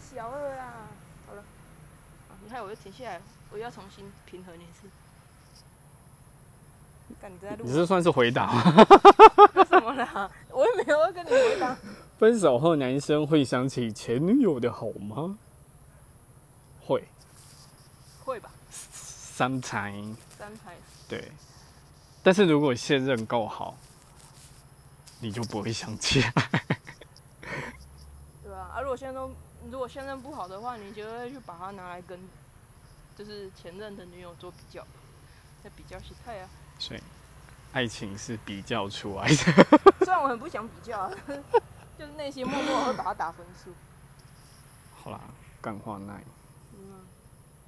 小了啦。好了，啊你看我又停下来了，我又要重新平衡一次。干你在录你这算是回答吗？什么 啦？我也没有要跟你回答。 分手后男生会想起前女友的好吗？会会吧？ ，sometime 三排对。但是如果现任够好，你就不会想起来。对啊，啊，如果现在都如果现任不好的话，你就会去把它拿来跟就是前任的女友做比较，在比较心态 啊。所以，爱情是比较出来的。虽然我很不想比较啊， 就是内心默默会把它打分数。好啦，干话那